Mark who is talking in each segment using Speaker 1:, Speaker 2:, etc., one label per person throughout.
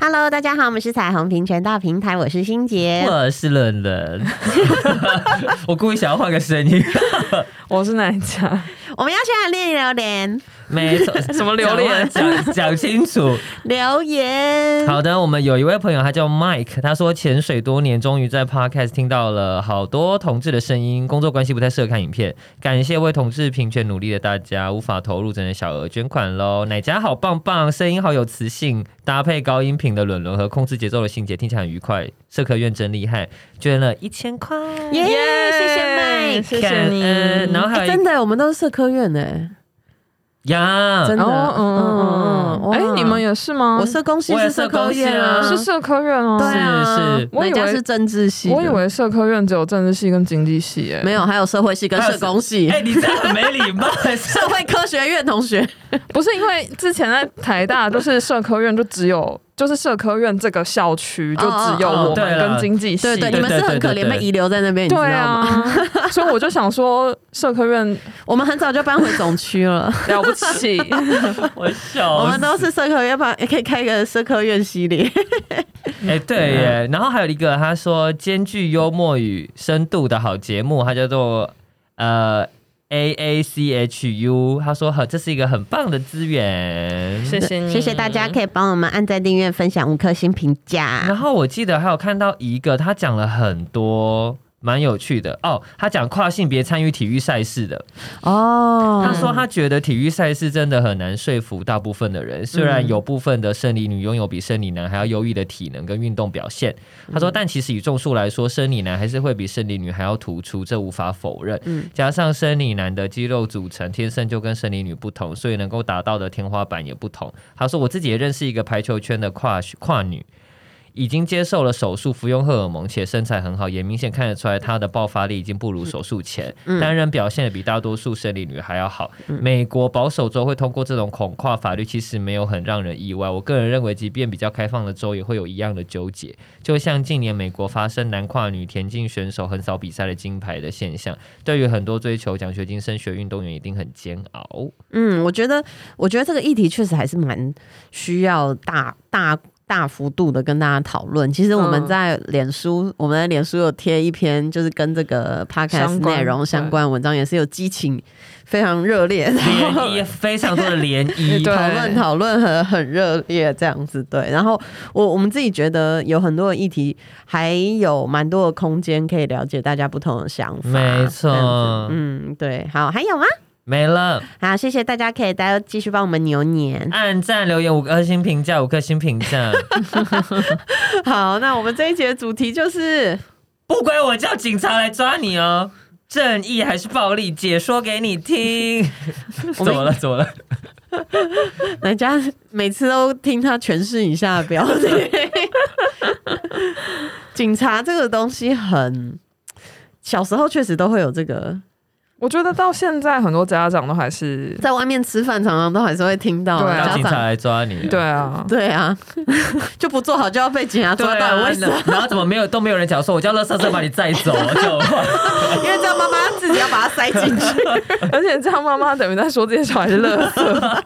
Speaker 1: Hello，大家好，我们是彩虹平权大平台，我是欣杰。
Speaker 2: 我是伦伦，我故意想要换个声音，
Speaker 3: 我是奶茶，
Speaker 1: 我们要先来念榴莲，
Speaker 2: 没错，
Speaker 3: 什么榴莲
Speaker 2: 讲话讲讲清楚。
Speaker 1: 留言。
Speaker 2: 好的，我们有一位朋友，他叫 Mike，他说潜水多年，终于在 Podcast 听到了好多同志的声音，工作关系不太适合看影片，感谢为同志平权努力的大家，无法投入只能小额捐款喽。奶家好棒棒，声音好有磁性，搭配高音频的伦伦和控制节奏的欣姐，听起来很愉快。社科院真厉害，捐了一千块，
Speaker 1: 耶、谢谢麦。
Speaker 3: 谢
Speaker 2: 感
Speaker 3: 谢
Speaker 2: 恩
Speaker 3: 你。
Speaker 2: 然后还
Speaker 4: 哎
Speaker 2: 有
Speaker 4: 真
Speaker 2: 一
Speaker 4: 的，我们都是社科院的，
Speaker 2: 呀，
Speaker 4: 真的，
Speaker 3: 哦嗯嗯嗯，
Speaker 4: 哇
Speaker 3: 哎、你们也是
Speaker 1: 嗯
Speaker 3: 吗？
Speaker 4: 我社工系
Speaker 2: 我也
Speaker 4: 是
Speaker 2: 社
Speaker 4: 社
Speaker 2: 工
Speaker 4: 科
Speaker 2: 系啊
Speaker 4: 院啊，
Speaker 3: 是社科院哦、
Speaker 4: 对啊，
Speaker 2: 是是
Speaker 3: 我以
Speaker 4: 人家
Speaker 3: 为
Speaker 4: 是政治系的，
Speaker 3: 我以为社科院只有政治系跟经济系、哎，
Speaker 4: 没有，还有社会系跟
Speaker 2: 还有
Speaker 4: 社工系
Speaker 2: 哎、，你真的很没礼貌。哎
Speaker 4: 社会科学院同学，
Speaker 3: 不是因为之前在台大，就是社科院就只有，就是社科院这个校区就只有
Speaker 4: 哦哦哦
Speaker 3: 我们
Speaker 2: 对啦
Speaker 3: 跟经济系。
Speaker 4: 对对，你们是很可
Speaker 2: 对对对
Speaker 4: 怜，
Speaker 2: 对
Speaker 4: 被遗留在那边，你知道
Speaker 3: 对
Speaker 4: 吗？
Speaker 3: 啊， 所以我就想说，社科院
Speaker 4: 我们很早就搬回总区 了，
Speaker 3: 了不起，
Speaker 2: 我笑 死，
Speaker 4: 我们都是社科院吧，也可以开个社科院系列，
Speaker 2: 哎、
Speaker 3: 嗯
Speaker 2: 对耶。然后还有一个，他说兼具幽默与深度的好节目，它叫做呃 A A C H U。他说很，这是一个很棒的资源。
Speaker 3: 谢谢你，
Speaker 1: 谢谢大家，可以帮我们按赞、订阅、分享五颗星评
Speaker 2: 然
Speaker 1: 价。
Speaker 2: 后我记得还有看到一个，他讲了很多。蛮有趣的哦，他讲跨性别参与体育赛事的，
Speaker 3: 嗯
Speaker 4: 哦
Speaker 2: 他说他觉得体育赛事真的很难说服大部分的人，虽然有部分的生理女拥有比生理男还要优异的体能跟运动表现。他说，但其实以众数来说，生理男还是会比生理女还要突出，这无法否认。
Speaker 4: 嗯
Speaker 2: 加上生理男的肌肉组成天生就跟生理女不同，所以能够达到的天花板也不同。他说，我自己也认识一个排球圈的跨跨女。已经接受了手术，服用荷尔蒙，且身材很好，也明显看得出来她的爆发力已经不如手术前，单人表现的比大多数生理女还要好。美国保守州会通过这种恐跨法律，其实没有很让人意外。我个人认为，即便比较开放的州也会有一样的纠结，就像近年美国发生男跨女田径选手很少比赛的金牌的现象，对于很多追求奖学金升学运动员一定很煎熬。
Speaker 4: 嗯，我觉得，我觉得这个议题确实还是蛮需要大大大幅度的跟大家讨论。其实我们
Speaker 3: 嗯
Speaker 4: 在脸书，我们的脸书有贴一篇，就是跟这个 podcast
Speaker 3: 相关
Speaker 4: 内容相关的文章，也是有激情非常热烈，
Speaker 2: 涟漪非常多的涟
Speaker 3: 对
Speaker 2: 漪，
Speaker 4: 讨论讨论很很热烈这样子。对，然后我我们自己觉得有很多的议题，还有蛮多的空间可以了解大家不同的想法。
Speaker 2: 没错
Speaker 4: 这样子嗯，对，好，还有吗？啊
Speaker 2: 没了。
Speaker 1: 好，谢谢大家，可以大家继续帮我们扭年。
Speaker 2: 按赞、留言五颗星评价，五颗星评价，
Speaker 4: 好，那我们这一节的主题就是。
Speaker 2: 不归我叫警察来抓你哦。正义还是暴力，解说给你听。 怎么了？怎么了？
Speaker 4: 人家每次都听他诠释一下标题。 警察这个东西很，小时候确实都会有这个，
Speaker 3: 我觉得到现在很多家长都还是
Speaker 4: 在外面吃饭常常都还是会听到
Speaker 3: 对啊
Speaker 2: 叫
Speaker 4: 家
Speaker 2: 警察
Speaker 4: 长。
Speaker 2: 来抓你。
Speaker 3: 对。啊，
Speaker 4: 对啊，就不做好就要被警察
Speaker 2: 对
Speaker 4: 抓到，
Speaker 2: 啊
Speaker 4: 为什么？，
Speaker 2: 然后怎么没有都没有人讲说我叫乐色车把你载走这种话，
Speaker 4: 因为这样妈妈自己要把它塞进 去。
Speaker 3: 而且这样妈妈等于在说这些小孩是垃 圾。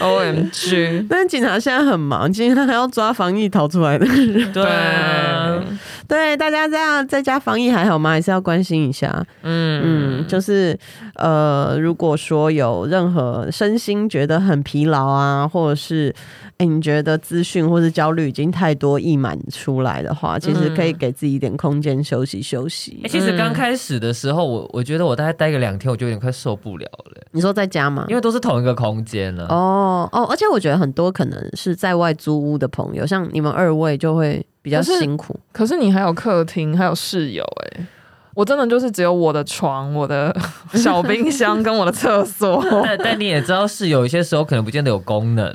Speaker 3: O M G，
Speaker 4: 但是警察现在很忙，今天还要抓防疫逃出来的 人。
Speaker 2: 对啊，
Speaker 4: 对，大家这样在家防疫还好吗？还是要关心一下。
Speaker 2: 嗯
Speaker 4: 嗯，就是呃，如果说有任何身心觉得很疲劳啊，或者是哎、你觉得资讯或是焦虑已经太多溢满出来的话，其
Speaker 2: 嗯
Speaker 4: 实可以给自己一点空间休息休息。
Speaker 2: 欸其实刚开始的时候，我我觉得我大概待个两天，我就有点快受不了了，
Speaker 4: 你说在家吗
Speaker 2: 因？为都是同一个空间啊了。
Speaker 4: 哦哦，而且我觉得很多可能是在外租屋的朋友，像你们二位就会比较
Speaker 3: 可是
Speaker 4: 辛苦。
Speaker 3: 可是你还有客厅，还有室友哎、我真的就是只有我的床、我的小冰箱跟我的厕所。
Speaker 2: 但但你也知道，室友有些时候可能不见得有功 能，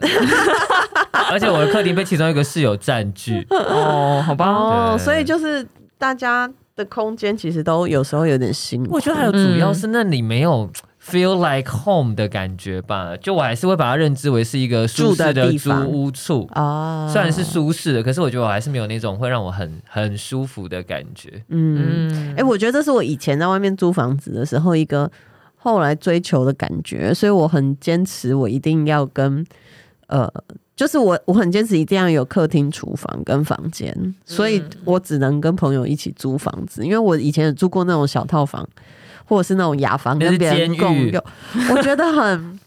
Speaker 2: 而且我的客厅被其中一个室友占据。
Speaker 3: 哦，好吧，
Speaker 4: 哦，
Speaker 2: 对
Speaker 4: 所以就是大家的空间其实都有时候有点辛苦。
Speaker 2: 我觉得还有主要是那里没有 feel like home 的感觉吧。就我还是会把它认知为是一个舒适
Speaker 4: 住的
Speaker 2: 的
Speaker 4: 地
Speaker 2: 租
Speaker 4: 方
Speaker 2: 屋处，
Speaker 4: 啊
Speaker 2: 虽然是舒适的，可是我觉得我还是没有那种会让我很很舒服的感觉。
Speaker 4: 嗯，
Speaker 3: 嗯
Speaker 4: 哎、，我觉得这是我以前在外面租房子的时候一个后来追求的感觉，所以我很坚持，我一定要跟呃，就是我我很坚持一定要有客厅、厨房跟房间，
Speaker 2: 嗯
Speaker 4: 所以我只能跟朋友一起租房子，因为我以前也住过那种小套房，或者是那种雅房
Speaker 2: 那
Speaker 4: 跟
Speaker 2: 是
Speaker 4: 别人
Speaker 2: 监狱
Speaker 4: 共用，我觉得很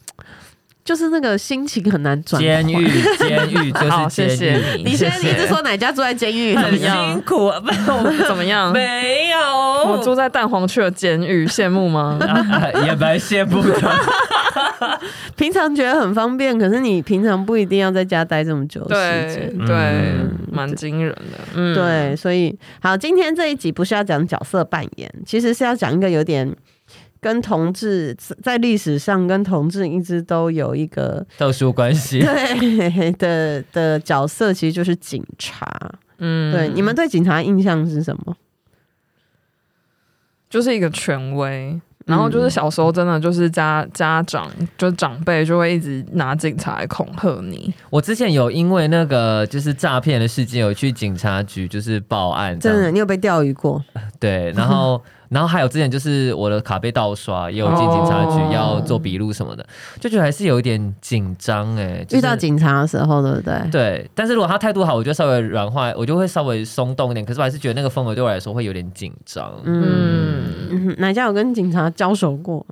Speaker 4: 就是那个心情很难转
Speaker 2: 监
Speaker 4: 换。
Speaker 2: 狱， 监狱就
Speaker 3: 好，
Speaker 2: 是
Speaker 3: 谢谢
Speaker 2: 监狱。
Speaker 3: 你
Speaker 4: 你现在
Speaker 3: 谢
Speaker 4: 一
Speaker 3: 谢
Speaker 4: 直说哪家住在监狱，怎么
Speaker 2: 很
Speaker 4: 样
Speaker 2: 辛苦，啊不是我
Speaker 3: 哎怎么样？
Speaker 2: 没有，
Speaker 3: 我住在蛋黄区的监狱，羡慕吗？
Speaker 2: 啊啊 也蛮羡慕的。
Speaker 4: 平常觉得很方便，可是你平常不一定要在家待这么久的时
Speaker 3: 对
Speaker 4: 间。
Speaker 3: 对
Speaker 2: 嗯，
Speaker 3: 蛮惊人的。嗯，
Speaker 4: 对，所以好，今天这一集不是要讲角色扮演，其实是要讲一个有点跟同志在历史上跟同志一直都有一个
Speaker 2: 特殊关系，
Speaker 4: 对 的的角色，其实就是警察。
Speaker 3: 嗯
Speaker 4: 对，你们对警察印象是什么？
Speaker 3: 就是一个权威。然后就是小时候真的就是家家长就是长辈就会一直拿警察来恐吓你，
Speaker 2: 我之前有因为那个就是诈骗的事件，有去警察局就是报案，这
Speaker 4: 真
Speaker 2: 样
Speaker 4: 的，你有被钓鱼过？
Speaker 2: 对，然后 然后还有之前就是我的卡被盗刷，也有进警察
Speaker 3: 哦
Speaker 2: 局要做笔录什么的，就觉得还是有一点紧张哎、就是
Speaker 4: 遇到警察的时候，对不对？
Speaker 2: 对，但是如果他态度好，我就稍微软化，我就会稍微松动一点。可是我还是觉得那个氛围对我来说会有点紧张。
Speaker 3: 嗯，
Speaker 4: 嗯，哪家有跟警察交手过？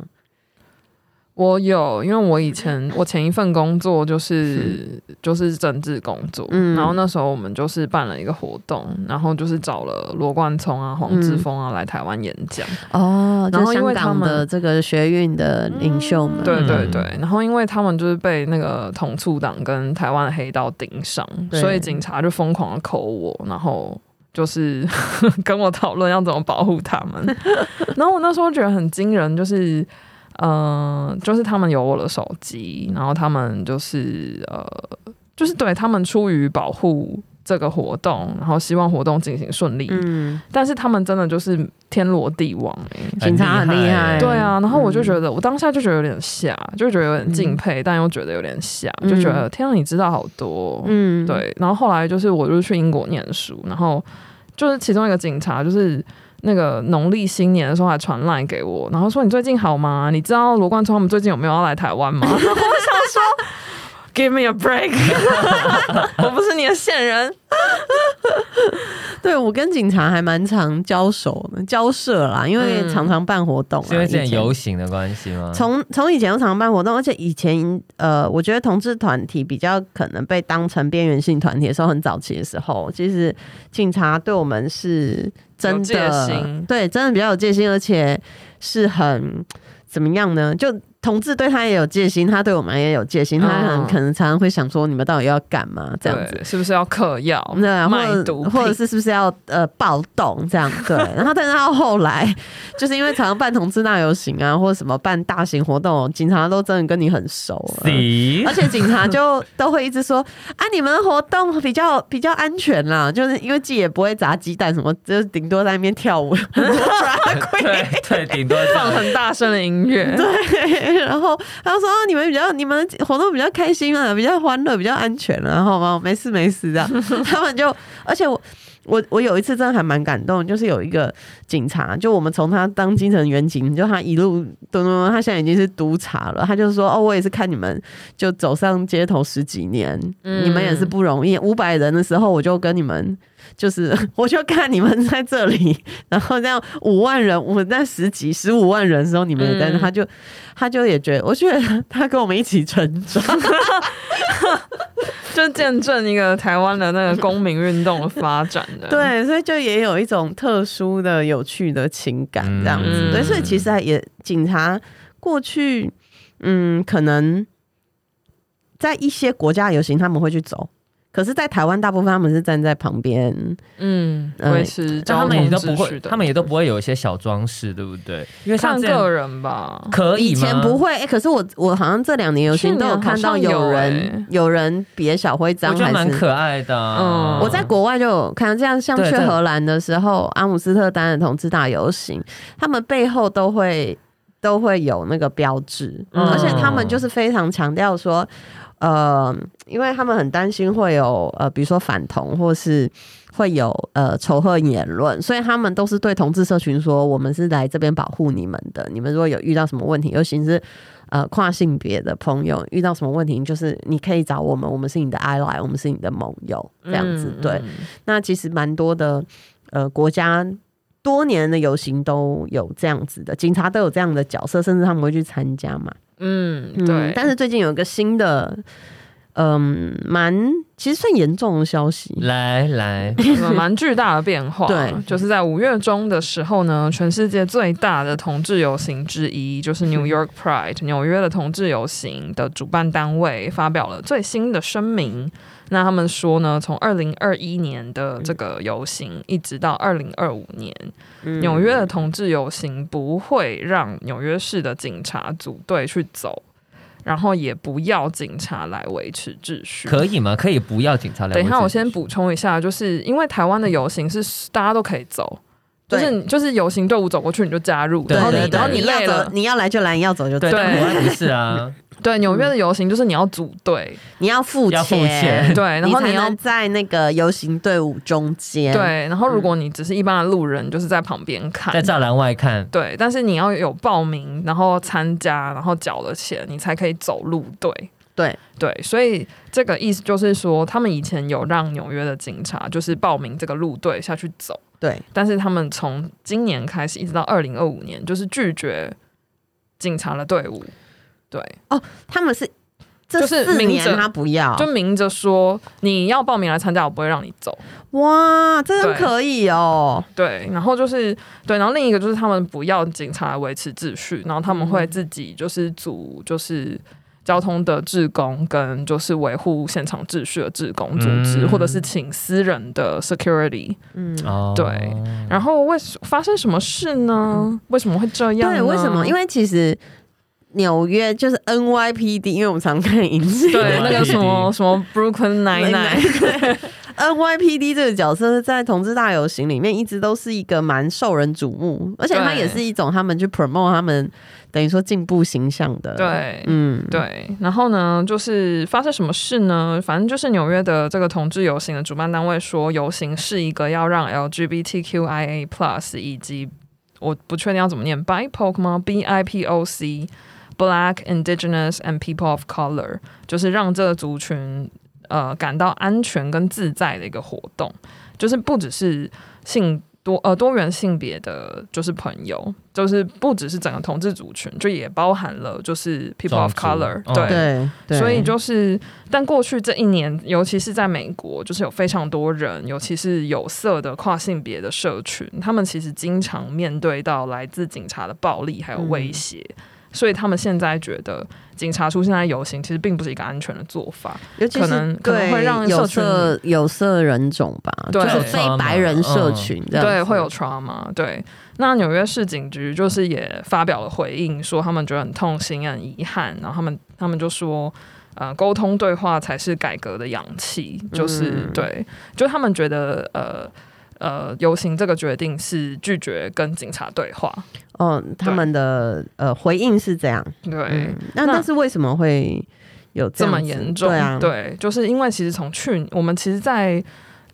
Speaker 3: 我有，因为我以前我前一份工作就是就是政治工作，
Speaker 4: 嗯
Speaker 3: 然后那时候我们就是办了一个活动，然后就是找了罗冠聪啊、黄志峰啊、来台湾演讲，
Speaker 4: 哦，
Speaker 3: 然
Speaker 4: 就
Speaker 3: 后因
Speaker 4: 香
Speaker 3: 为他
Speaker 4: 港的
Speaker 3: 们
Speaker 4: 这个学运的领袖们，
Speaker 3: 对对
Speaker 2: 嗯
Speaker 3: 对，然后因为他们就是被那个统促党跟台湾的黑道盯上，
Speaker 4: 对
Speaker 3: 所以警察就疯狂的扣我，然后就是 跟我讨论要怎么保护他们。 然后我那时候觉得很惊人，就是。嗯、就是他们有我的手机，然后他们就是呃，就是对他们出于保护这个活动，然后希望活动进行顺利，
Speaker 4: 嗯，
Speaker 3: 但是他们真的就是天罗地网、欸，
Speaker 4: 警察很厉害
Speaker 3: 对啊，然后我就觉得，我当下就觉得有点吓，就觉得有点敬佩，但又觉得有点吓，
Speaker 4: 嗯
Speaker 3: 就觉得天啊，你知道好多，
Speaker 2: 哦
Speaker 4: 嗯，
Speaker 3: 对。然后后来就是，我就去英国念书，然后就是其中一个警察，就是那个农历新年的时候还传烂给我，然后说你最近好吗？你知道罗贯中他们最近有没有要来台湾吗？我 想说。Give me a break！我不是你的线人，
Speaker 4: 对，我跟警察还蛮常交手的，交涉啦，因为
Speaker 3: 嗯
Speaker 4: 常常办活动、啊，
Speaker 2: 是因为之前
Speaker 4: 以前
Speaker 2: 游行的关系吗？
Speaker 4: 从从以前就常常办活动，而且以前呃，我觉得同志团体比较可能被当成边缘性团体的时候，很早期的时候，其实警察对我们是真
Speaker 3: 有戒
Speaker 4: 的
Speaker 3: 心
Speaker 4: 对真的比较有戒心，而且是很怎么样呢？就同志对他也有戒心，他对我们也有戒心，他很
Speaker 3: 嗯
Speaker 4: 可能常常会想说你们到底要干嘛这样子
Speaker 3: 对。是不是要嗑药、
Speaker 4: 对啊，
Speaker 3: 卖
Speaker 4: 或
Speaker 3: 毒
Speaker 4: 者
Speaker 3: 品，
Speaker 4: 或者是是不是要呃暴动这样 对，然后但是到后来，就是因为常常办同志大游行啊，或者什么办大型活动，警察都真的跟你很熟了。
Speaker 2: 行
Speaker 4: 而且警察就都会一直说啊，你们的活动比较比较安全啦，就是因为自己也不会砸鸡蛋什么，就是顶多在那边跳舞 drag queen
Speaker 2: 对对，顶多这
Speaker 3: 放
Speaker 2: 样。
Speaker 3: 很大声的音乐，
Speaker 4: 对，然后他就说、啊、你们比较你们活动比较开心啊，比较欢乐，比较安全啊，好吗？没事没事这样，他们就，而且我我我有一次真的还蛮感动，就是有一个警察，就我们从他当基层员警，就他一路咚咚咚，他现在已经是督察了，他就说哦，我也是看你们就走上街头十几年，
Speaker 3: 嗯
Speaker 4: 你们也是不容易，五百人的时候我就跟你们。就是 我就看你们在这里，然后这样五万人，我在十几十五万人的时候，你们也在那，
Speaker 3: 嗯
Speaker 4: 他就他就也觉得，我觉得他跟我们一起成长，
Speaker 3: 啊就见证一个台湾的那个公民运动的发展 的。，
Speaker 4: 对，所以就也有一种特殊的、有趣的情感这样子。
Speaker 3: 嗯
Speaker 4: 对，所以其实啊也警察过去，嗯，可能在一些国家游行他们会去走，可是，在台湾大部分他们是站在旁边，
Speaker 3: 嗯，
Speaker 4: 呃
Speaker 3: 维持
Speaker 2: 但
Speaker 3: 交
Speaker 2: 他
Speaker 3: 通
Speaker 2: 们也都不
Speaker 3: 秩序
Speaker 2: 会，
Speaker 3: 的，
Speaker 2: 他们也都不会有一些小装饰，对不对？因为像
Speaker 3: 看
Speaker 2: 这
Speaker 3: 个
Speaker 2: 样
Speaker 3: 人吧。
Speaker 2: 可以
Speaker 4: 以
Speaker 2: 吗
Speaker 4: 前不会，欸可是我我好像这两年游行
Speaker 3: 去
Speaker 4: 都
Speaker 3: 年
Speaker 4: 有看到
Speaker 3: 好像有
Speaker 4: 有人
Speaker 3: 欸
Speaker 4: 有人别小徽
Speaker 2: 我
Speaker 4: 章，
Speaker 2: 觉得
Speaker 4: 还
Speaker 2: 蛮
Speaker 4: 是
Speaker 2: 可爱的啊、
Speaker 3: 嗯
Speaker 4: 我在国外就有看，这样像
Speaker 2: 对
Speaker 4: 去
Speaker 2: 在
Speaker 4: 荷兰的时候，阿姆斯特丹的同志大游行，他们背后都会。都会有那个标志，
Speaker 3: 嗯
Speaker 4: 而且他们就是非常强调说，呃，因为他们很担心会有呃，比如说反同或是。会有呃仇恨言论，所以他们都是对同志社群说，我们是来这边保护你们的。你们如果有遇到什么问题，尤其是呃跨性别的朋友遇到什么问题，就是你可以找我们，我们是你的 ally，我们是你的盟友，这样子、
Speaker 3: 嗯
Speaker 4: 对。那其实蛮多的呃国家多年的游行都有这样子的，警察都有这样的角色，甚至他们会去参加嘛。
Speaker 3: 嗯，
Speaker 4: 嗯
Speaker 3: 对，
Speaker 4: 但是最近有一个新的，嗯，蛮其实算严重的消息。
Speaker 2: 来来，
Speaker 3: 嗯蛮巨大的变化。
Speaker 4: 对
Speaker 3: 就是在五月中的时候呢，全世界最大的同志游行之一，就是 New York Pride 纽约的同志游行的主办单位发表了最新的声明。那他们说呢，从二零二一年的这个游行一直到二零二五年，
Speaker 2: 嗯
Speaker 4: 嗯
Speaker 3: 纽约的同志游行不会让纽约市的警察组队去走，然后也不要警察来维持秩序。
Speaker 2: 可以吗？可以不要警察来？
Speaker 3: 等一下，我先。补充一下，就是因为台湾的游行是大家都可以走，就
Speaker 4: 对
Speaker 3: 是就是游行队伍走过去你就加入，
Speaker 2: 对
Speaker 3: 然后你
Speaker 2: 对对
Speaker 3: 然后你
Speaker 4: 你要
Speaker 3: 累
Speaker 4: 走
Speaker 3: 了，，
Speaker 4: 你嗯要来就来，你要走就
Speaker 2: 对，
Speaker 4: 走
Speaker 3: 对
Speaker 2: 但国外不是啊，
Speaker 3: 对纽约的游行就是你要组队，
Speaker 4: 你要付
Speaker 2: 要付钱
Speaker 3: 对，然后
Speaker 4: 嗯你
Speaker 3: 你
Speaker 4: 才
Speaker 3: 要
Speaker 4: 能在那个游行队伍中间。
Speaker 3: 对，，然后如果你只是一般的路人，就是在旁边
Speaker 2: 嗯在
Speaker 3: 看。
Speaker 2: 栅栏外看。
Speaker 3: 对，但是你要有报名，然后参加，然后缴了钱，你才可以走路队。
Speaker 4: 对
Speaker 3: 对，所以这个意思就是说，他们以前有让纽约的警察就是报名这个路队下去走。
Speaker 4: 对，
Speaker 3: 但是他们从今年开始一直到二零二五年，就是拒绝警察的队伍，对，
Speaker 4: 他们是这
Speaker 3: 就是
Speaker 4: 四
Speaker 3: 明
Speaker 4: 年
Speaker 3: 着
Speaker 4: 他不要，
Speaker 3: 就明着说你要报名来参加，我不会让你走，
Speaker 4: 哇，这样
Speaker 3: 对
Speaker 4: 可以哦、
Speaker 3: 对，然后就是对，然后另一个就是他们不要警察来维持秩序，然后他们会自己就是组就是。交通的志工跟就是维护现场秩序的志工组织，
Speaker 2: 嗯
Speaker 3: 或者是请私人的 security。
Speaker 4: 嗯，
Speaker 2: 哦，
Speaker 3: 对然后为什发生什么事呢？为什么会这样呢？
Speaker 4: 对，为什么？因为其实纽约就是 NYPD，因为我们常看影视，
Speaker 3: 对那个什么什么 Brooklyn Nine Nine，
Speaker 4: NYPD 这个角色在同志大游行里面一直都是一个蛮受人瞩目，而且它
Speaker 3: 对
Speaker 4: 也是一种他们去 promote 他们等于说进步形象的，，
Speaker 3: 对，
Speaker 4: 嗯，
Speaker 3: 对。然后呢，就是发生什么事呢？反正就是纽约的这个同志游行的主办单位说，游行是一个要让 LGBTQIA Plus 以及我不确定要怎么念 BIPOC 吗？B I P O C Black Indigenous and People of Color，就是让这个族群呃感到安全跟自在的一个活动，就是不只是性多呃多元性别的就是朋友，就是不只是整个同志族群，就也包含了就是 people of
Speaker 2: 种族
Speaker 3: color，、
Speaker 2: 嗯
Speaker 3: 对。
Speaker 4: 对，对
Speaker 3: 所以就是，但过去这一年，尤其是在美国，就是有非常多人，尤其是有色的跨性别的社群，他们其实经常面对到来自警察的暴力还有威胁。所以他们现在觉得警察出现在游行，其实并不是一个安全的做法。
Speaker 4: 尤其
Speaker 3: 可
Speaker 4: 是
Speaker 3: 能可能
Speaker 4: 对
Speaker 3: 会让
Speaker 4: 有
Speaker 3: 社群
Speaker 4: 色有色人种吧，
Speaker 3: 对嗯
Speaker 4: 就是非白人社群这样子，
Speaker 3: 对，会有 trauma。对，那纽约市警局就是也发表了回应，说他们觉得很痛心、很遗憾，然后他们他们就说。呃，沟通对话才是改革的氧气，就是、
Speaker 4: 嗯
Speaker 3: 对，就他们觉得呃呃，游行这个决定是拒绝跟警察对话，
Speaker 4: 嗯，他们的呃回应是这样，
Speaker 3: 对，
Speaker 4: 嗯，那
Speaker 3: 那
Speaker 4: 但是为什么会有
Speaker 3: 这
Speaker 4: 样
Speaker 3: 么
Speaker 4: 子
Speaker 3: 严重，
Speaker 4: 对啊，
Speaker 3: 就是因为其实从去我们其实，在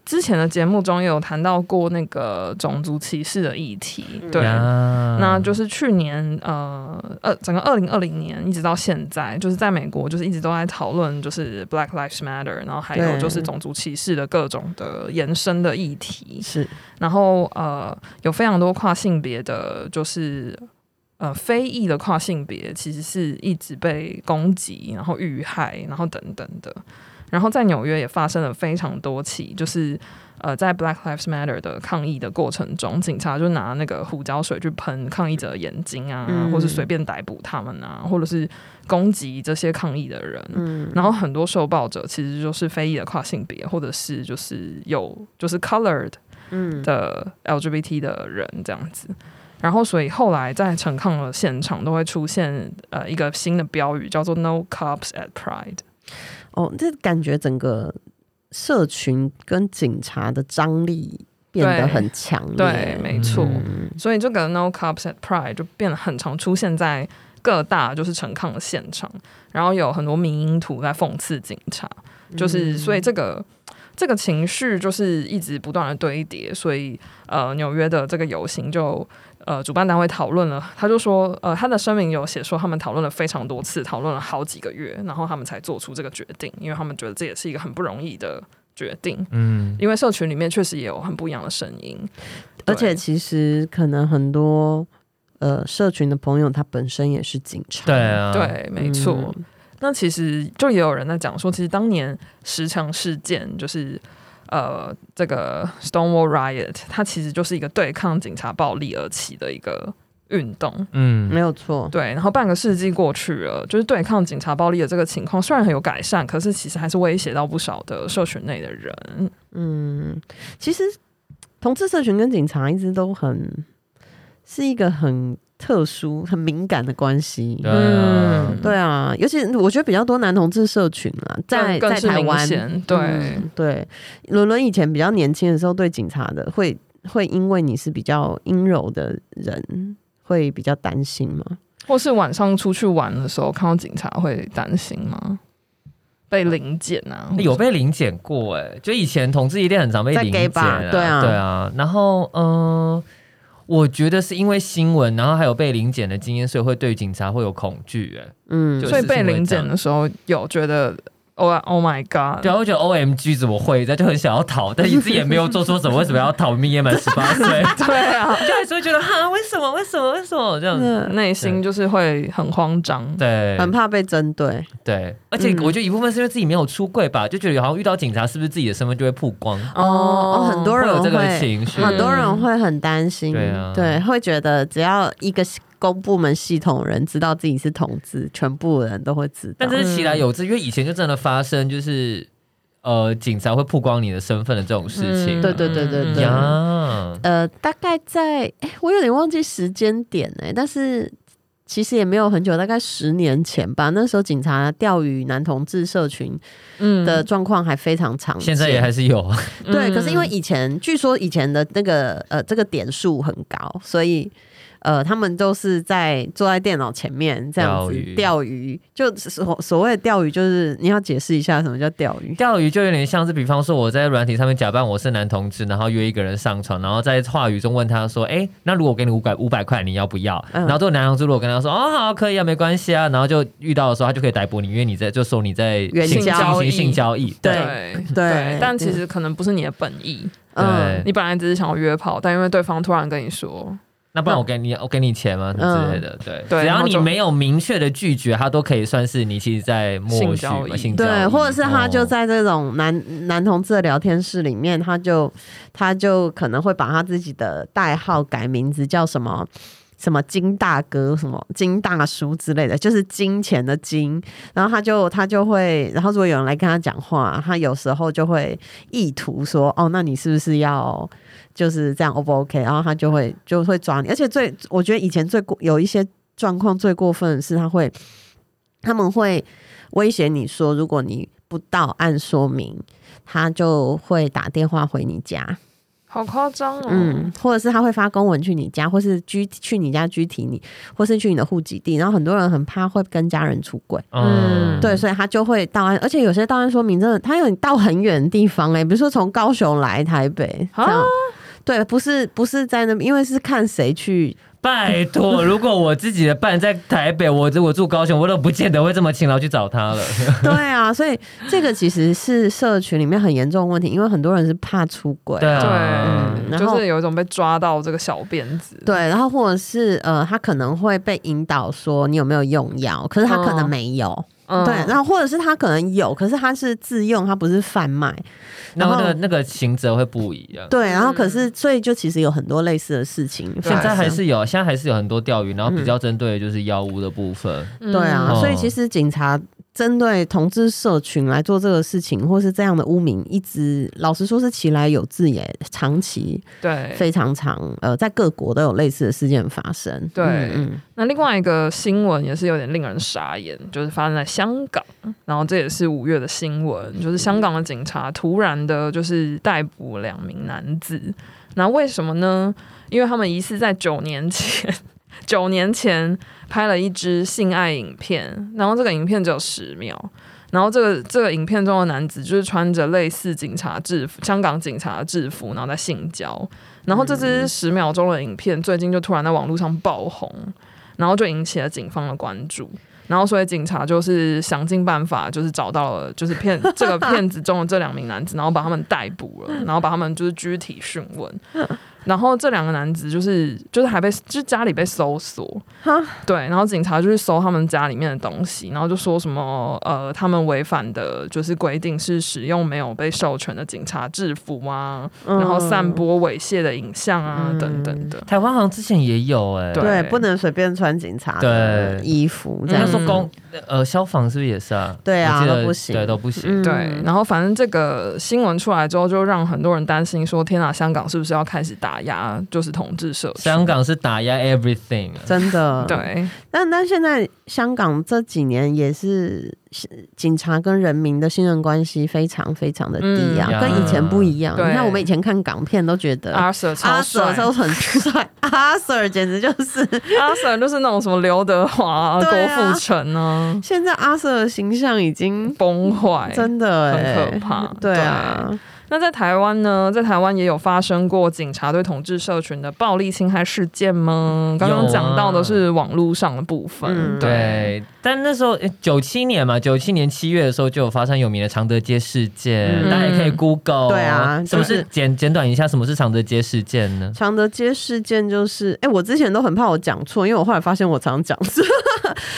Speaker 3: 之前的节目中也有谈到过那个种族歧视的议题，对，
Speaker 4: 嗯
Speaker 2: 呀
Speaker 3: 那就是去年呃呃，整个二零二零年一直到现在，就是在美国就是一直都在讨论就是 Black Lives Matter，然后还有
Speaker 4: 对
Speaker 3: 就是种族歧视的各种的延伸的议题，
Speaker 4: 是
Speaker 3: 然后呃有非常多跨性别的就是。呃，非裔的跨性别其实是一直被攻击，然后遇害，然后等等的。然后在纽约也发生了非常多起，就是呃，在 Black Lives Matter 的抗议的过程中，警察就拿那个胡椒水去喷抗议者的眼睛啊，
Speaker 4: 嗯
Speaker 3: 或是随便逮捕他们啊，或者是攻击这些抗议的人。
Speaker 4: 嗯
Speaker 3: 然后很多受暴者其实就是非裔的跨性别，或者是就是有就是 colored
Speaker 4: 嗯
Speaker 3: 的 LGBT 的人这样子。然后，所以后来在陈抗的现场都会出现呃一个新的标语，叫做 “No cops at Pride”。
Speaker 4: 哦，这感觉整个社群跟警察的张力变得
Speaker 3: 对
Speaker 4: 很强烈。
Speaker 3: 对，没错。
Speaker 4: 嗯
Speaker 3: 所以这个 No Cups at Pride 就变得很常出现在各大就是陈抗的现场，然后有很多民音图在讽刺警察，
Speaker 4: 嗯
Speaker 3: 就是、所以这个这个情绪就是一直不断的堆叠，所以呃，纽约的这个游行就呃主办单位讨论了，他就说呃他的声明有写说他们讨论了非常多次，讨论了好几个月，然后他们才做出这个决定，因为他们觉得这也是一个很不容易的决定，
Speaker 2: 嗯，
Speaker 3: 因为社群里面确实也有很不一样的声音，
Speaker 4: 而且
Speaker 3: 对
Speaker 4: 其实可能很多呃社群的朋友，他本身也是警察。
Speaker 2: 对啊，，
Speaker 3: 对，没错。那其实就也有人在讲说，其实当年十强事件就是呃，这个 Stonewall Riot，它其实就是一个对抗警察暴力而起的一个运动。
Speaker 2: 嗯
Speaker 4: 没有错。
Speaker 3: 对，然后半个世纪过去了，就是对抗警察暴力的这个情况虽然很有改善，可是其实还是威胁到不少的社群内的人。
Speaker 4: 嗯，其实同志社群跟警察一直都很是一个很特殊、很敏感的关系。
Speaker 2: 对啊
Speaker 3: 嗯
Speaker 4: 对啊，尤其我觉得比较多男同志社群啊，在
Speaker 3: 更
Speaker 4: 在
Speaker 3: 是
Speaker 4: 台
Speaker 3: 明
Speaker 4: 湾，
Speaker 3: 显对
Speaker 4: 嗯对，伦伦以前比较年轻的时候，对警察的会会因为你是比较阴柔的人，会比较担心吗？
Speaker 3: 或是晚上出去玩的时候看到警察会担心吗？被临检啊？或者
Speaker 2: 有被临检过哎、就以前同志一定很常被
Speaker 4: 在
Speaker 2: 临
Speaker 4: gay
Speaker 2: 检、
Speaker 4: bar，对啊
Speaker 2: 对啊。然后嗯、呃我觉得是因为新闻，然后还有被临检的经验，所以会对警察会有恐惧哎、
Speaker 4: 嗯
Speaker 2: 就，
Speaker 3: 所以被
Speaker 2: 是会
Speaker 3: 临
Speaker 2: 这
Speaker 3: 检
Speaker 2: 样
Speaker 3: 的时候有觉得，Oh Oh my God，
Speaker 2: 对啊，我觉得 O M G 怎么会？那就很想要逃，但一直也没有做错什么，为什么要逃？明明也满十八岁，
Speaker 3: 对 啊，
Speaker 2: 就还是会觉得哈，为什么？为什么？为什么这样子？
Speaker 4: 那
Speaker 3: 内心就是会很慌张。
Speaker 2: 对，
Speaker 4: 嗯很怕被针对。
Speaker 2: 对，而且
Speaker 4: 嗯
Speaker 2: 我觉得一部分是因为自己没有出柜吧，就觉得好像遇到警察，是不是自己的身份就会曝光？
Speaker 4: 哦
Speaker 3: 嗯
Speaker 4: 哦，很多
Speaker 2: 会
Speaker 4: 人
Speaker 2: 有这个
Speaker 4: 会
Speaker 2: 情绪，
Speaker 4: 很多人会很担心，
Speaker 2: 对啊
Speaker 4: 会觉得只要一个公部门系统人知道自己是同志，全部人都会知道
Speaker 2: 但。这是
Speaker 4: 嗯
Speaker 2: 其来有之，因为以前就真的发生，就是呃，警察会曝光你的身份的这种事情啊。
Speaker 3: 嗯
Speaker 4: 对对对对对。
Speaker 2: 呀，
Speaker 4: 呃，大概在哎、我有点忘记时间点哎、但是其实也没有很久，大概十年前吧。那时候警察钓鱼男同志社群
Speaker 3: 嗯
Speaker 4: 的状况还非常常见，
Speaker 2: 现在也还是有，
Speaker 4: 对。可是因为以前据说以前的那个呃这个点数很高，所以。呃，他们都是在坐在电脑前面这样
Speaker 2: 钓
Speaker 4: 子
Speaker 2: 鱼
Speaker 4: 钓鱼，就所所谓的钓鱼，就是你要解释一下什么叫钓鱼。
Speaker 2: 钓鱼就有点像是，比方说我在软体上面假扮我是男同志，然后约一个人上床，然后在话语中问他说：“哎、那如果我给你五百五百块，你要不要？”
Speaker 4: 嗯
Speaker 2: 然后这个男同志如果跟他说：“哦，好，可以啊，没关系啊。”然后就遇到的时候，他就可以逮捕你，因为你在就说你在
Speaker 4: 援
Speaker 2: 性
Speaker 4: 交
Speaker 2: 进行性
Speaker 3: 易
Speaker 2: 交易。
Speaker 4: 对
Speaker 3: 对
Speaker 4: 对
Speaker 3: 但其实可能不是你的本意，
Speaker 2: 对，
Speaker 3: 你本来只是想要约炮，但因为对方突然跟你说，
Speaker 2: 那不然我给你我给你钱吗？什么之类的，对，
Speaker 3: 嗯对
Speaker 2: 只
Speaker 3: 然
Speaker 2: 要
Speaker 3: 后
Speaker 2: 你
Speaker 3: 就
Speaker 2: 没有明确的拒绝，他都可以算是你其实在默
Speaker 3: 性
Speaker 2: 许嘛
Speaker 3: 交易
Speaker 2: 性交易，
Speaker 4: 对，或者是他就
Speaker 2: 哦
Speaker 4: 在这种男、男同志的聊天室里面，他就他就可能会把他自己的代号改名字叫什么。什么金大哥、什么金大叔之类的，就是金钱的金。然后他就他就会，然后如果有人来跟他讲话，他有时候就会意图说：“哦，那你是不是要就是这样 O 不 OK？” 然后他就会就会抓你。而且最我觉得以前最过有一些状况最过分的是，他会他们会威胁你说，如果你不到按说明，他就会打电话回你家，
Speaker 3: 好夸张哦，
Speaker 4: 嗯，或者是他会发公文去你家，或是居去你家居提你，或是去你的户籍地。然后很多人很怕会跟家人出轨，
Speaker 2: 嗯，
Speaker 4: 对，所以他就会到案，而且有些到案说明真的，他有到很远的地方、欸，哎，比如说从高雄来台北这样
Speaker 3: 啊。
Speaker 4: 对，不是不是在那边，因为是看 谁去
Speaker 2: 拜托，如果我自己的伴在台北，我如果住高雄，我都不见得会这么勤劳去找他 了。
Speaker 4: 对啊，所以这个其实是社群里面很严重的问题，因为很多人是怕出轨，
Speaker 2: 对
Speaker 3: 对，
Speaker 2: 啊，
Speaker 4: 嗯然
Speaker 3: 就
Speaker 4: 后
Speaker 3: 是有一种被抓到这个小辫子，
Speaker 4: 对，然后或者是呃，他可能会被引导说你有没有用药，可是他可能
Speaker 3: 嗯
Speaker 4: 没有，
Speaker 3: 嗯
Speaker 4: 对，然后或者是他可能有，可是他是自用，他不是贩卖，
Speaker 2: 然后那个
Speaker 4: 然后
Speaker 2: 那个刑责会不一样。
Speaker 4: 对，然后可
Speaker 3: 嗯
Speaker 4: 是所以就其实有很多类似的事情
Speaker 2: 现
Speaker 4: 发生，
Speaker 2: 在还是有，现在还是有很多钓鱼，然后比较针对的就是药物的部分。
Speaker 3: 嗯
Speaker 4: 对啊，
Speaker 2: 嗯
Speaker 4: 所以其实警察。针对同志社群来做这个事情，或是这样的污名，一直老实说是其来有自也长期
Speaker 3: 对，
Speaker 4: 非常长，呃，在各国都有类似的事件发生。
Speaker 3: 对
Speaker 4: 嗯
Speaker 3: 那另外一个新闻也是有点令人傻眼，就是发生在香港，然后这也是五月的新闻，就是香港的警察突然的，就是逮捕两名男子，那为什么呢？因为他们疑似在九年前， 九年前拍了一支性爱影片，然后这个影片只有十秒。然后这个这个影片中的男子就是穿着类似警察制服、香港警察制服，然后在性交。然后这支十秒钟的影片最近就突然在网络上爆红，然后就引起了警方的关注。然后，所以警察就是想尽办法，就是找到了，就是骗这个骗子中的这两名男子，然后把他们逮捕了，然后把他们就是拘体讯问。然后这两个男子就是就是还被就是家里被搜索，对，然后警察就去搜他们家里面的东西，然后就说什么呃，他们违反的就是规定是使用没有被授权的警察制服啊，然后散播猥亵的影像啊、
Speaker 4: 嗯
Speaker 3: 等等的。
Speaker 2: 台湾好像之前也有哎、
Speaker 3: 对嗯
Speaker 4: 对，不能随便穿警察的
Speaker 2: 对
Speaker 4: 衣服这
Speaker 2: 应
Speaker 4: 样
Speaker 2: 该
Speaker 4: 子。
Speaker 2: 说公呃消防是不是也是啊？
Speaker 4: 对啊
Speaker 2: 我记得
Speaker 4: 都不行
Speaker 2: 对都不行。
Speaker 4: 嗯
Speaker 3: 对，然后反正这个新闻出来之后，就让很多人担心说：天啊，香港是不是要开始打压就是同志社区？。
Speaker 2: 香港是打压 everything，啊
Speaker 4: 真的
Speaker 3: 对，
Speaker 4: 但但现在香港这几年也是是警察跟人民的信任关系非常非常的低啊，
Speaker 2: 嗯呀
Speaker 4: 跟以前不一样。
Speaker 3: 对
Speaker 4: 你看我们以前看港片都觉得。
Speaker 3: 阿 Sir 超
Speaker 4: 呃阿 Sir
Speaker 3: 帅，
Speaker 4: 都很帅，阿 Sir 简直就是
Speaker 3: 阿 Sir 就是那种什么刘德华、啊、郭
Speaker 4: 对啊
Speaker 3: 富城啊，
Speaker 4: 现在阿 Sir 的形象已经
Speaker 3: 崩坏，
Speaker 4: 真的
Speaker 3: 很
Speaker 4: 欸
Speaker 3: 可怕。
Speaker 4: 对啊，
Speaker 3: 那在台湾呢？在台湾也有发生过警察对同志社群的暴力侵害事件吗？刚刚
Speaker 2: 有啊
Speaker 3: 讲到的是网络上的部分，
Speaker 4: 嗯
Speaker 3: 对。
Speaker 2: 对，但那时候九七年嘛，九七年七月的时候就有发生有名的常德街事件，
Speaker 4: 嗯
Speaker 2: 大家也可以 Google。
Speaker 4: 对啊
Speaker 2: 什么
Speaker 4: 就是是
Speaker 2: 简简短一下什么是常德街事件呢？
Speaker 4: 常德街事件就是，哎、我之前都很怕我讲错，因为我后来发现我常讲错。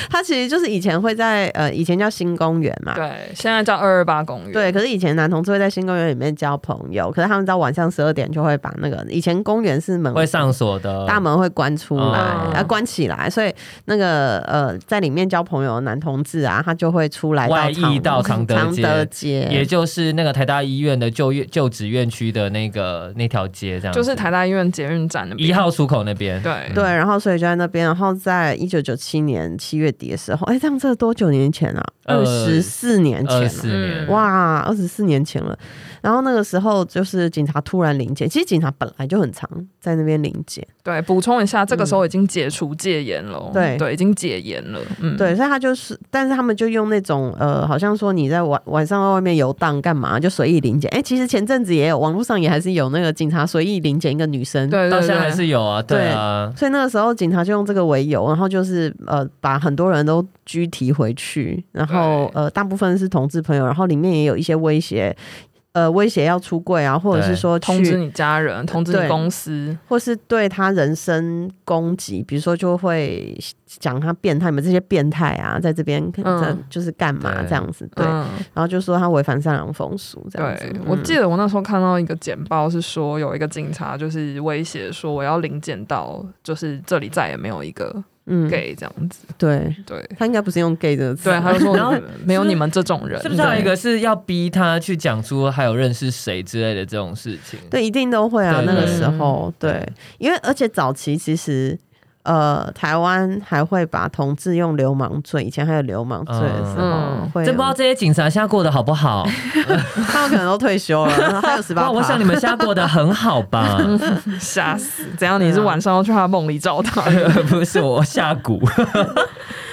Speaker 4: 它其实就是以前会在呃，以前叫新公园嘛，
Speaker 3: 对，现在叫二二八公园。
Speaker 4: 对，可是以前男同志会在新公园里面交朋友，可是他们到晚上十二点就会把那个以前公园是门
Speaker 2: 会上锁的，
Speaker 4: 大门会关出来，
Speaker 2: 哦
Speaker 4: 呃，关起来，所以那个呃，在里面交朋友的男同志啊，他就会出来
Speaker 2: 外溢到
Speaker 4: 常
Speaker 2: 常德街
Speaker 4: 街
Speaker 2: 也就是那个台大医院的就院就职院区的那个那条街，这样子
Speaker 3: 就是台大医院捷运站那边
Speaker 2: 一号出口那边。
Speaker 3: 对啊
Speaker 4: 对，然后所以就在那边，然后在一九九七年七月底的时候，哎，这样这多久年前啊？二
Speaker 2: 呃
Speaker 4: 十四年前
Speaker 2: 二
Speaker 4: 了。
Speaker 2: 四年
Speaker 3: 嗯，
Speaker 4: 哇，二十四年前了。然后那个时候就是警察突然临检，其实警察本来就很常在那边临检，
Speaker 3: 对，补充一下，这个时候已经解除戒严了，
Speaker 4: 对
Speaker 3: 对，已经解严了，嗯，
Speaker 4: 对，所以他就是，但是他们就用那种呃，好像说你在晚晚上在外面游荡干嘛，就随意临检。哎，其实前阵子也有，网络上也还是有那个警察随意临检一个女生，
Speaker 3: 对对
Speaker 2: 到现在还
Speaker 3: 对，
Speaker 2: 是有啊，对啊，
Speaker 4: 所以那个时候警察就用这个为由，然后就是呃把很多人都拘提回去，然后
Speaker 3: 对
Speaker 4: 呃大部分是同志朋友，然后里面也有一些威胁，呃威胁要出柜啊，或者是
Speaker 2: 对
Speaker 4: 说
Speaker 3: 通知
Speaker 4: 去，
Speaker 3: 你家人，通知你
Speaker 4: 对
Speaker 3: 公司，
Speaker 4: 或是对他人身攻击，比如说就会讲他变态，你们这些变态啊，在这边、
Speaker 3: 嗯
Speaker 4: 这就是干嘛
Speaker 2: 对
Speaker 4: 这样子，对，
Speaker 3: 嗯
Speaker 4: 然后就说他违反善良风俗这样子嗯
Speaker 3: 对，，我记
Speaker 4: 得。
Speaker 3: 得我那时候看到一个简报，是说有一个警察就是威胁说我要临检到，就是这里再也没有一个
Speaker 4: 嗯，
Speaker 3: gay 这样子，
Speaker 4: 对
Speaker 3: 对
Speaker 4: 他应该不是用 gay 这个词，
Speaker 3: 对，他就说
Speaker 2: 然后
Speaker 3: 没有你们这种人，
Speaker 2: 是不是还有一
Speaker 3: 对
Speaker 2: 个是要逼他去讲出还有认识谁之类的这种事情？
Speaker 4: 对，一定都会啊。
Speaker 2: 对
Speaker 4: 那个
Speaker 2: 对
Speaker 4: 时
Speaker 3: 嗯
Speaker 4: 候，
Speaker 2: 对
Speaker 4: 对，因为而且早期其实，呃，台湾还会把同志用流氓罪，以前还有流氓罪的时候，
Speaker 3: 嗯
Speaker 4: 会有
Speaker 2: 真不知道这些警察现在过得好不 好。
Speaker 4: 他们可能都退休了，然后还有十八
Speaker 2: 哇，
Speaker 4: 趴。
Speaker 2: 我想你们现在过得很好 吧？
Speaker 3: 吓死，怎样？你是晚上要去他梦里找他的？
Speaker 2: 不是我下蛊，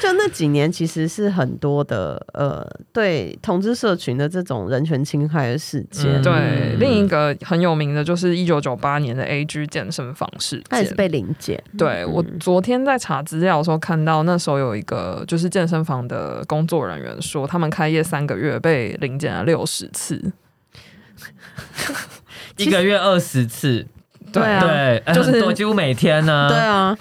Speaker 4: 就那几年其实是很多的，呃，对同志社群的这种人权侵害的事件，
Speaker 2: 嗯
Speaker 3: 对，
Speaker 2: 嗯
Speaker 3: 另一个很有名的就是一九九八年的 A G 健身房事
Speaker 4: 他也是
Speaker 3: 件。
Speaker 4: 被临检。
Speaker 2: 嗯
Speaker 3: 对我
Speaker 4: 嗯
Speaker 3: 昨天在查资料的时候看到，那时候有一个就是健身房的工作人员说，他们开业三个月被临检了六十次，
Speaker 2: 一个月二十次，
Speaker 4: 对啊
Speaker 2: 对，
Speaker 3: 就
Speaker 2: 就是是多几乎每天呢、
Speaker 4: 对啊，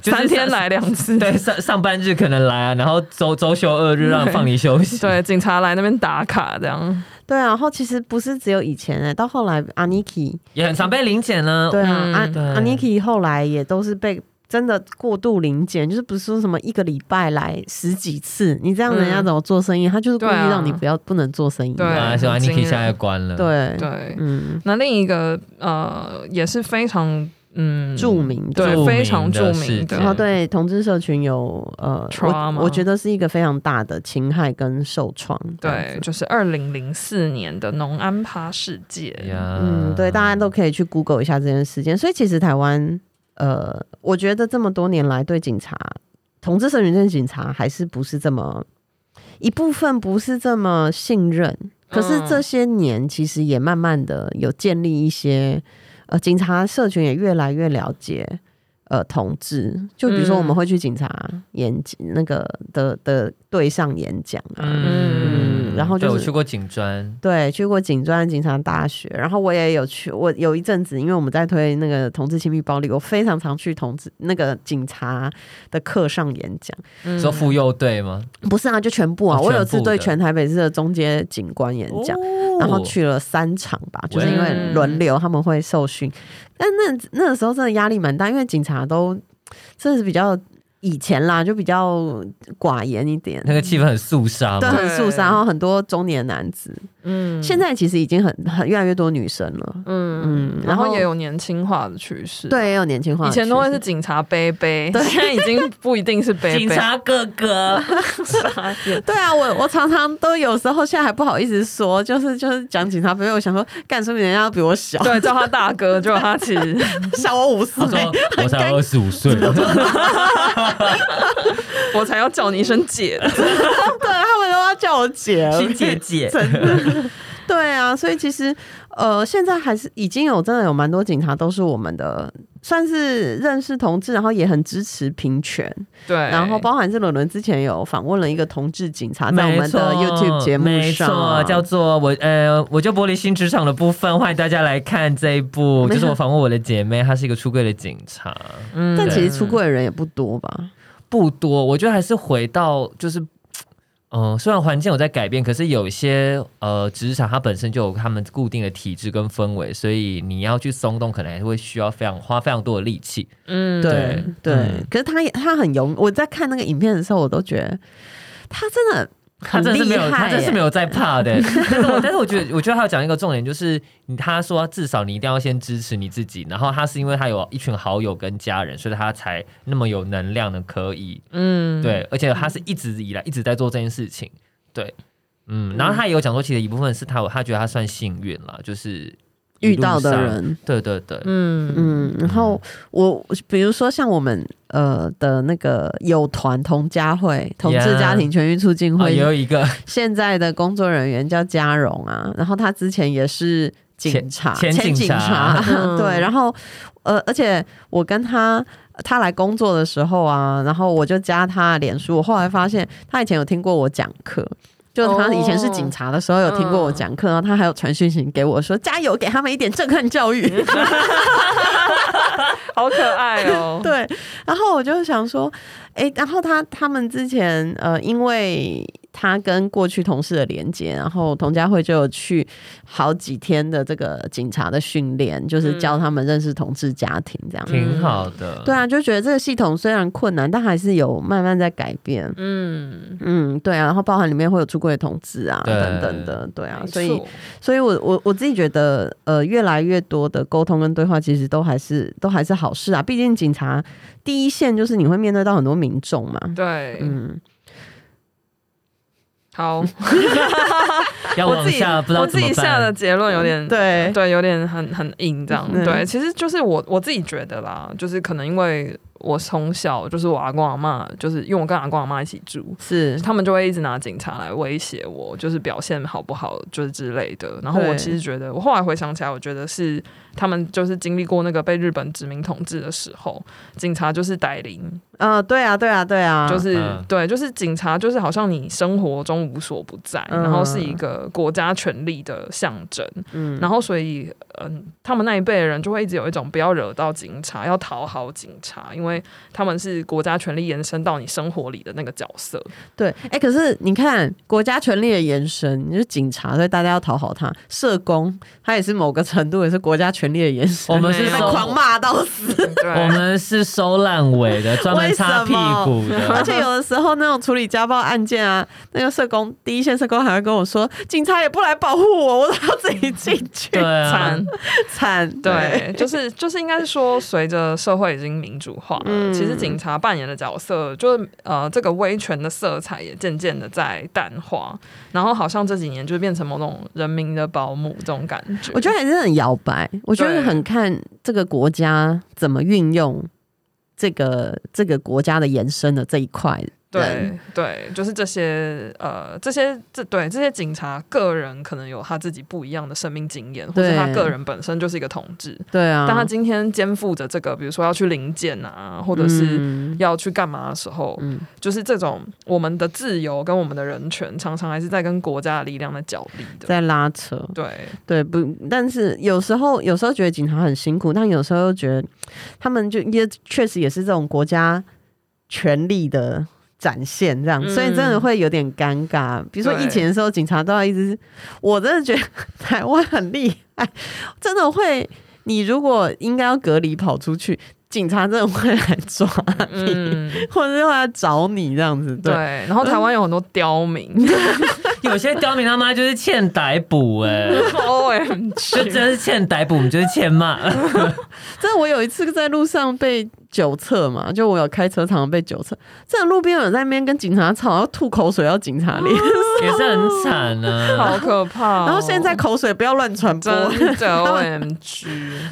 Speaker 2: 就是
Speaker 3: 三天来两次。
Speaker 2: 对上上班日可能来啊，然后周周休二日让放你休息，
Speaker 3: 对，警察来那边打卡这样。
Speaker 4: 对啊，然后其实不是只有以前哎、到后来 Aniki，
Speaker 2: 也很常被临检呢。
Speaker 4: 对
Speaker 3: 嗯
Speaker 4: 啊，
Speaker 2: 对
Speaker 4: 安 Aniki 后来也都是被真的过度临检，就是不是说什么一个礼拜来十几次，你这样人家
Speaker 3: 嗯
Speaker 4: 怎么做生意？他就是故意
Speaker 3: 对啊
Speaker 4: 让你不要不能做生意。
Speaker 3: 对嗯
Speaker 2: 啊，小安妮
Speaker 3: 很惊
Speaker 2: k
Speaker 3: 人
Speaker 2: 现在关了。
Speaker 4: 对
Speaker 3: 对，
Speaker 4: 嗯，
Speaker 3: 那另一个呃也是非常嗯
Speaker 4: 著名的。
Speaker 3: 对
Speaker 2: 著
Speaker 3: 非常
Speaker 2: 名
Speaker 3: 著
Speaker 2: 的
Speaker 3: 名
Speaker 2: 事
Speaker 3: 的
Speaker 2: 件
Speaker 4: 然后对同志社群有呃，
Speaker 3: Trauma
Speaker 4: 我我觉得是一个非常大的侵害跟受创。这样
Speaker 3: 对
Speaker 4: 子，
Speaker 3: 就是二零零四年的农安趴事件。
Speaker 2: 呀
Speaker 4: 嗯，对，大家都可以去 Google 一下这件事件。所以其实台湾，呃，我觉得这么多年来对警察，同志社群对警察还是不是这么一部分不是这么信任。可是这些年其实也慢慢的有建立一些，呃，警察社群也越来越了解。呃，同志，就比如说我们会去警察演、那个的的对象演讲啊，嗯然后就
Speaker 2: 对我
Speaker 4: 是嗯
Speaker 2: 去过警专，
Speaker 4: 对，去过警专、警察大学，然后我也有去，我有一阵子，因为我们在推那个同志亲密暴力，我非常常去同志那个警察的课上演讲，
Speaker 3: 嗯
Speaker 2: 说妇幼队吗？
Speaker 4: 不是啊，就全部啊，
Speaker 2: 哦
Speaker 4: 我有一
Speaker 2: 全
Speaker 4: 次
Speaker 2: 部
Speaker 4: 对
Speaker 2: 的哦
Speaker 4: 全台北市的中阶警官演讲。然后去了三场吧，就是因为轮流他们会受训，但那那个时候真的压力蛮大，因为警察都这是比较以前啦，就比较寡言一点，
Speaker 2: 那个气氛很肃杀
Speaker 4: 对，
Speaker 2: 嘛，
Speaker 4: 很肃杀，然后很多中年男子，
Speaker 3: 嗯
Speaker 4: 现在其实已经很很越来越多女生了，
Speaker 3: 嗯
Speaker 4: 嗯
Speaker 3: 然
Speaker 4: 然
Speaker 3: 后
Speaker 4: 后
Speaker 3: 也有年轻化的趋势。，
Speaker 4: 对，也有年轻化的
Speaker 3: 以
Speaker 4: 趋势。
Speaker 3: 前都会是警察杯杯，现在已经不一定是杯杯。
Speaker 5: 警察哥哥，
Speaker 4: 对啊，我我常常都有时候现在还不好意思说，就是就是讲警察，因为我想说，干说明人家都比我小，
Speaker 3: 对，叫他大哥，就他其实
Speaker 4: 小我五岁
Speaker 2: 他，说我才二十五岁，
Speaker 3: 我才要叫你一声姐的。
Speaker 4: 对他们都要叫我姐，
Speaker 5: 是姐姐，
Speaker 4: 真的。 对啊，所以其实呃，现在还是已经有真的有蛮多警察都是我们的，算是认识同志，然后也很支持平权，
Speaker 3: 对，
Speaker 4: 然后包含是伦伦之前有访问了一个同志警察，在我们的 YouTube 节目
Speaker 2: 没
Speaker 4: 上
Speaker 2: 错，
Speaker 4: 啊，
Speaker 2: 叫做我呃，我就玻璃心职场的部分，欢迎大家来看这一部，就是我访问我的姐妹，她是一个出柜的警察，
Speaker 3: 嗯
Speaker 4: 但其实出柜的人也不多吧？
Speaker 2: 不多，我觉得还是回到就是。嗯、虽然环境有在改变，可是有些呃职场它本身就有他们固定的体制跟氛围，所以你要去松动，可能还是会需要非常花非常多的力气。
Speaker 3: 嗯
Speaker 4: 对
Speaker 2: 对
Speaker 4: 对，
Speaker 2: 嗯
Speaker 4: 可是他也他很勇，我在看那个影片的时候，我都觉得他真的
Speaker 2: 他
Speaker 4: 很
Speaker 2: 真的是没
Speaker 4: 厉
Speaker 2: 有，他
Speaker 4: 害
Speaker 2: 真的是没
Speaker 4: 耶。
Speaker 2: 有在怕的。但是我但是我觉得，我觉得他有讲一个重点，就是他说至少你一定要先支持你自己，然后他是因为他有一群好友跟家人，所以他才那么有能量的可以
Speaker 3: 嗯，
Speaker 2: 对，而且他是一直以来一直在做这件事情，对，嗯，然后他也有讲说，其实一部分是他有他觉得他算幸运啦，就是一
Speaker 4: 遇
Speaker 2: 路
Speaker 4: 到的
Speaker 2: 上，
Speaker 4: 人，
Speaker 2: 对对对，
Speaker 3: 嗯
Speaker 4: 嗯，然后我比如说像我们呃的那个友团同家会同志
Speaker 2: Yeah
Speaker 4: 家庭全域促进
Speaker 2: 啊，
Speaker 4: 会
Speaker 2: 也有一个
Speaker 4: 现在的工作人员叫嘉荣啊，然后他之前也是警察，
Speaker 2: 前前
Speaker 4: 警
Speaker 2: 警察
Speaker 3: 嗯
Speaker 4: 对，然后呃，而且我跟他他来工作的时候啊，然后我就加他的脸书，我后来发现他以前有听过我讲课。就他以前是警察的时候，有听过我讲
Speaker 2: 哦
Speaker 4: 课，然后他还有传讯息给我说加油，给他们一点震撼教育。
Speaker 3: 好可爱哦。
Speaker 4: 对，然后我就想说，诶，然后他他们之前呃，因为他跟过去同事的连接，然后童佳慧就有去好几天的这个警察的训练，就是
Speaker 3: 嗯
Speaker 4: 教他们认识同志家庭这样。
Speaker 2: 挺好的，
Speaker 4: 对啊，就觉得这个系统虽然困难，但还是有慢慢在改变。
Speaker 3: 嗯，
Speaker 4: 嗯，对啊，然后包含里面会有出柜的同志啊，
Speaker 2: 对
Speaker 4: 等等的，对啊，
Speaker 3: 没
Speaker 4: 所以
Speaker 3: 错
Speaker 4: 所以我，我我自己觉得，呃，越来越多的沟通跟对话，其实都还是都还是好事啊。毕竟警察第一线就是你会面对到很多民众嘛。
Speaker 3: 对，
Speaker 4: 嗯，
Speaker 3: 好，
Speaker 2: 要
Speaker 3: 我
Speaker 2: 往
Speaker 3: 自己
Speaker 2: 下不知道
Speaker 3: 我自
Speaker 2: 怎么
Speaker 3: 己下的
Speaker 2: 办，
Speaker 3: 结论有点
Speaker 4: 对，
Speaker 3: 嗯对，有点很很硬这样。
Speaker 4: 嗯
Speaker 3: 对，其实就是我我自己觉得啦，就是可能因为我从小就是我阿公阿妈，就是因为我跟阿公阿妈一起住。
Speaker 4: 是，
Speaker 3: 他们就会一直拿警察来威胁我，就是表现好不好，就是之类的。然后我
Speaker 4: 对
Speaker 3: 其实觉得，我后来回想起来，我觉得是他们就是经历过那个被日本殖民统治的时候，警察就是歹灵，
Speaker 4: 呃，对啊，对啊，对啊，
Speaker 3: 就是、
Speaker 2: 嗯
Speaker 3: 对，就是警察，就是好像你生活中无所不在，
Speaker 4: 嗯
Speaker 3: 然后是一个国家权力的象征。
Speaker 4: 嗯，
Speaker 3: 然后所呃以，嗯，他们那一辈的人就会一直有一种不要惹到警察，要讨好警察，因为为他们是国家权力延伸到你生活里的那个角色。
Speaker 4: 对，哎、可是你看国家权力的延伸，你是警察，所以大家要讨好他；社工，他也是某个程度也是国家权力的延伸。
Speaker 2: 我们是
Speaker 4: 被
Speaker 2: 收
Speaker 4: 狂骂到 死，
Speaker 3: 对，
Speaker 2: 我们是收烂尾的，专门擦屁股
Speaker 4: 为什么而
Speaker 2: 的。
Speaker 4: 且有的时候那种处理家暴案件啊，那个社工第一线社工还会跟我说，警察也不来保护我，我都要自己进去，
Speaker 2: 对啊
Speaker 3: 惨，，
Speaker 4: 惨，
Speaker 3: 对，就是就是应该是说，随着社会已经民主化了，
Speaker 4: 嗯
Speaker 3: 其实警察扮演的角色，就是呃，这个威权的色彩也渐渐的在淡化，然后好像这几年就变成某种人民的保姆这种感觉。
Speaker 4: 我觉得还是很摇摆，我觉得
Speaker 3: 对
Speaker 4: 很看这个国家怎么运用这个这个国家的延伸的这一块。
Speaker 3: 对，对，就是这些呃，这些这对这些警察个人可能有他自己不一样的生命经验，或者他
Speaker 4: 对
Speaker 3: 个人本身就是一个统治，
Speaker 4: 对啊，
Speaker 3: 但他今天肩负着这个，比如说要去零件啊，或者是。
Speaker 4: 嗯
Speaker 3: 要去干嘛的时候，
Speaker 4: 嗯
Speaker 3: 就是这种我们的自由跟我们的人权，常常还是在跟国家的力量在角力的。
Speaker 4: 在拉扯，
Speaker 3: 对，
Speaker 4: 对不？但是有时候有时候觉得警察很辛苦，但有时候又觉得他们就也确实也是这种国家权力的。展现这样，
Speaker 3: 嗯
Speaker 4: 所以真的会有点尴尬。比如说
Speaker 3: 对
Speaker 4: 疫情的时候，警察都要一直，我真的觉得 台湾很厉害，真的会。你如果应该要隔离跑出去，警察真的会来抓，
Speaker 3: 嗯，
Speaker 4: 或者是会来找你这样子。
Speaker 3: 对
Speaker 4: 对，。
Speaker 3: 然后台湾有很多刁民
Speaker 2: 有些刁民他妈就是欠逮捕哎、
Speaker 3: ，O M
Speaker 2: 就真
Speaker 3: G，
Speaker 2: 的是欠逮捕，我们就是欠 骂。
Speaker 4: 真的，我有一次在路上被酒测嘛，就我有开车常常被酒测，真的路边有人在那边跟警察吵，要吐口水到警察脸，
Speaker 2: 也是很惨啊。
Speaker 3: 好可怕哦、
Speaker 4: 然后现在口水不要乱传播。
Speaker 3: 真 的 O M G，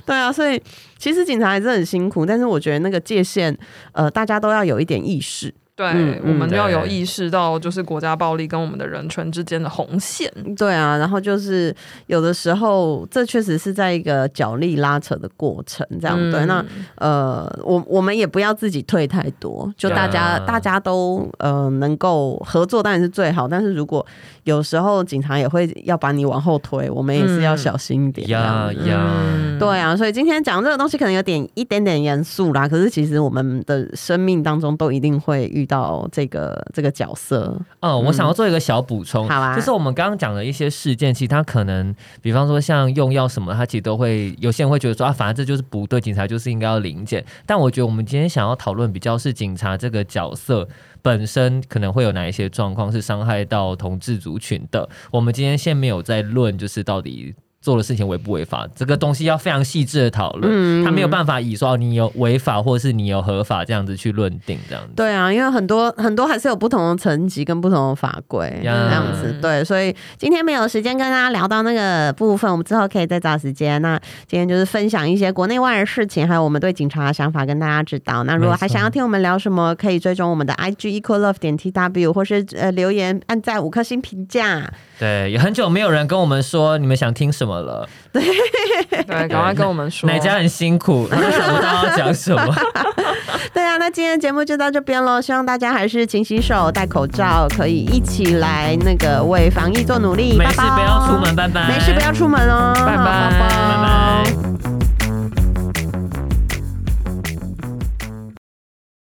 Speaker 4: 对啊，所以其实警察还是很辛苦，但是我觉得那个界限，呃，大家都要有一点意识。
Speaker 3: 对、
Speaker 4: 嗯嗯
Speaker 3: 我们要有
Speaker 2: 对
Speaker 3: 意识到，就是国家暴力跟我们的人权之间的红线。
Speaker 4: 对啊，然后就是有的时候，这确实是在一个角力拉扯的过程，这样、对。
Speaker 3: 嗯
Speaker 4: 那呃，我我们也不要自己退太多，就大家、
Speaker 2: Yeah.
Speaker 4: 大家都呃能够合作当然是最好，但是如果有时候警察也会要把你往后推，我们也是要小心一点。这样
Speaker 2: 呀
Speaker 4: 子
Speaker 2: 呀，
Speaker 3: 嗯
Speaker 4: 对啊，所以今天讲这个东西可能有点一点点严肃啦，可是其实我们的生命当中都一定会遇到这个这个角色。
Speaker 2: 哦，我想要做一个小补充，
Speaker 4: 嗯好啊
Speaker 2: 就是我们刚刚讲的一些事件，其实它可能，比方说像用药什么，它其实都会有些人会觉得说啊，反正这就是不对，警察就是应该要零检。但我觉得我们今天想要讨论比较是警察这个角色本身可能会有哪一些状况是伤害到同志族群的。我们今天先没有在论就是到底。做的事情违不违法，这个东西要非常细致的讨论，
Speaker 4: 嗯
Speaker 2: 他没有办法以说哦你有违法或是你有合法这样子去论定这样子。
Speaker 4: 对啊，因为很多很多还是有不同的层级跟不同的法规
Speaker 2: 呀
Speaker 4: 这样子，对，所以今天没有时间跟大家聊到那个部分，我们之后可以再找时间。那今天就是分享一些国内外的事情，还有我们对警察的想法跟大家指导。那如果
Speaker 2: 没错
Speaker 4: 还想要听我们聊什么，可以追踪我们的 IG equal love 点 tw，或是呃留言按赞五颗星评价。
Speaker 2: 对，也很久没有人跟我们说你们想听什么了，
Speaker 3: 对，赶快跟我们说。
Speaker 2: 哪家很辛苦，他都想不到要讲什 么。
Speaker 4: 对啊，那今天的节目就到这边喽，希望大家还是勤洗手、戴口罩，可以一起来那个为防疫做努力。
Speaker 2: 没
Speaker 4: 拜
Speaker 2: 事，
Speaker 4: 拜
Speaker 2: 不要出门，拜拜。
Speaker 4: 没事不要出门哦，
Speaker 3: 拜拜
Speaker 4: 好拜
Speaker 2: 拜拜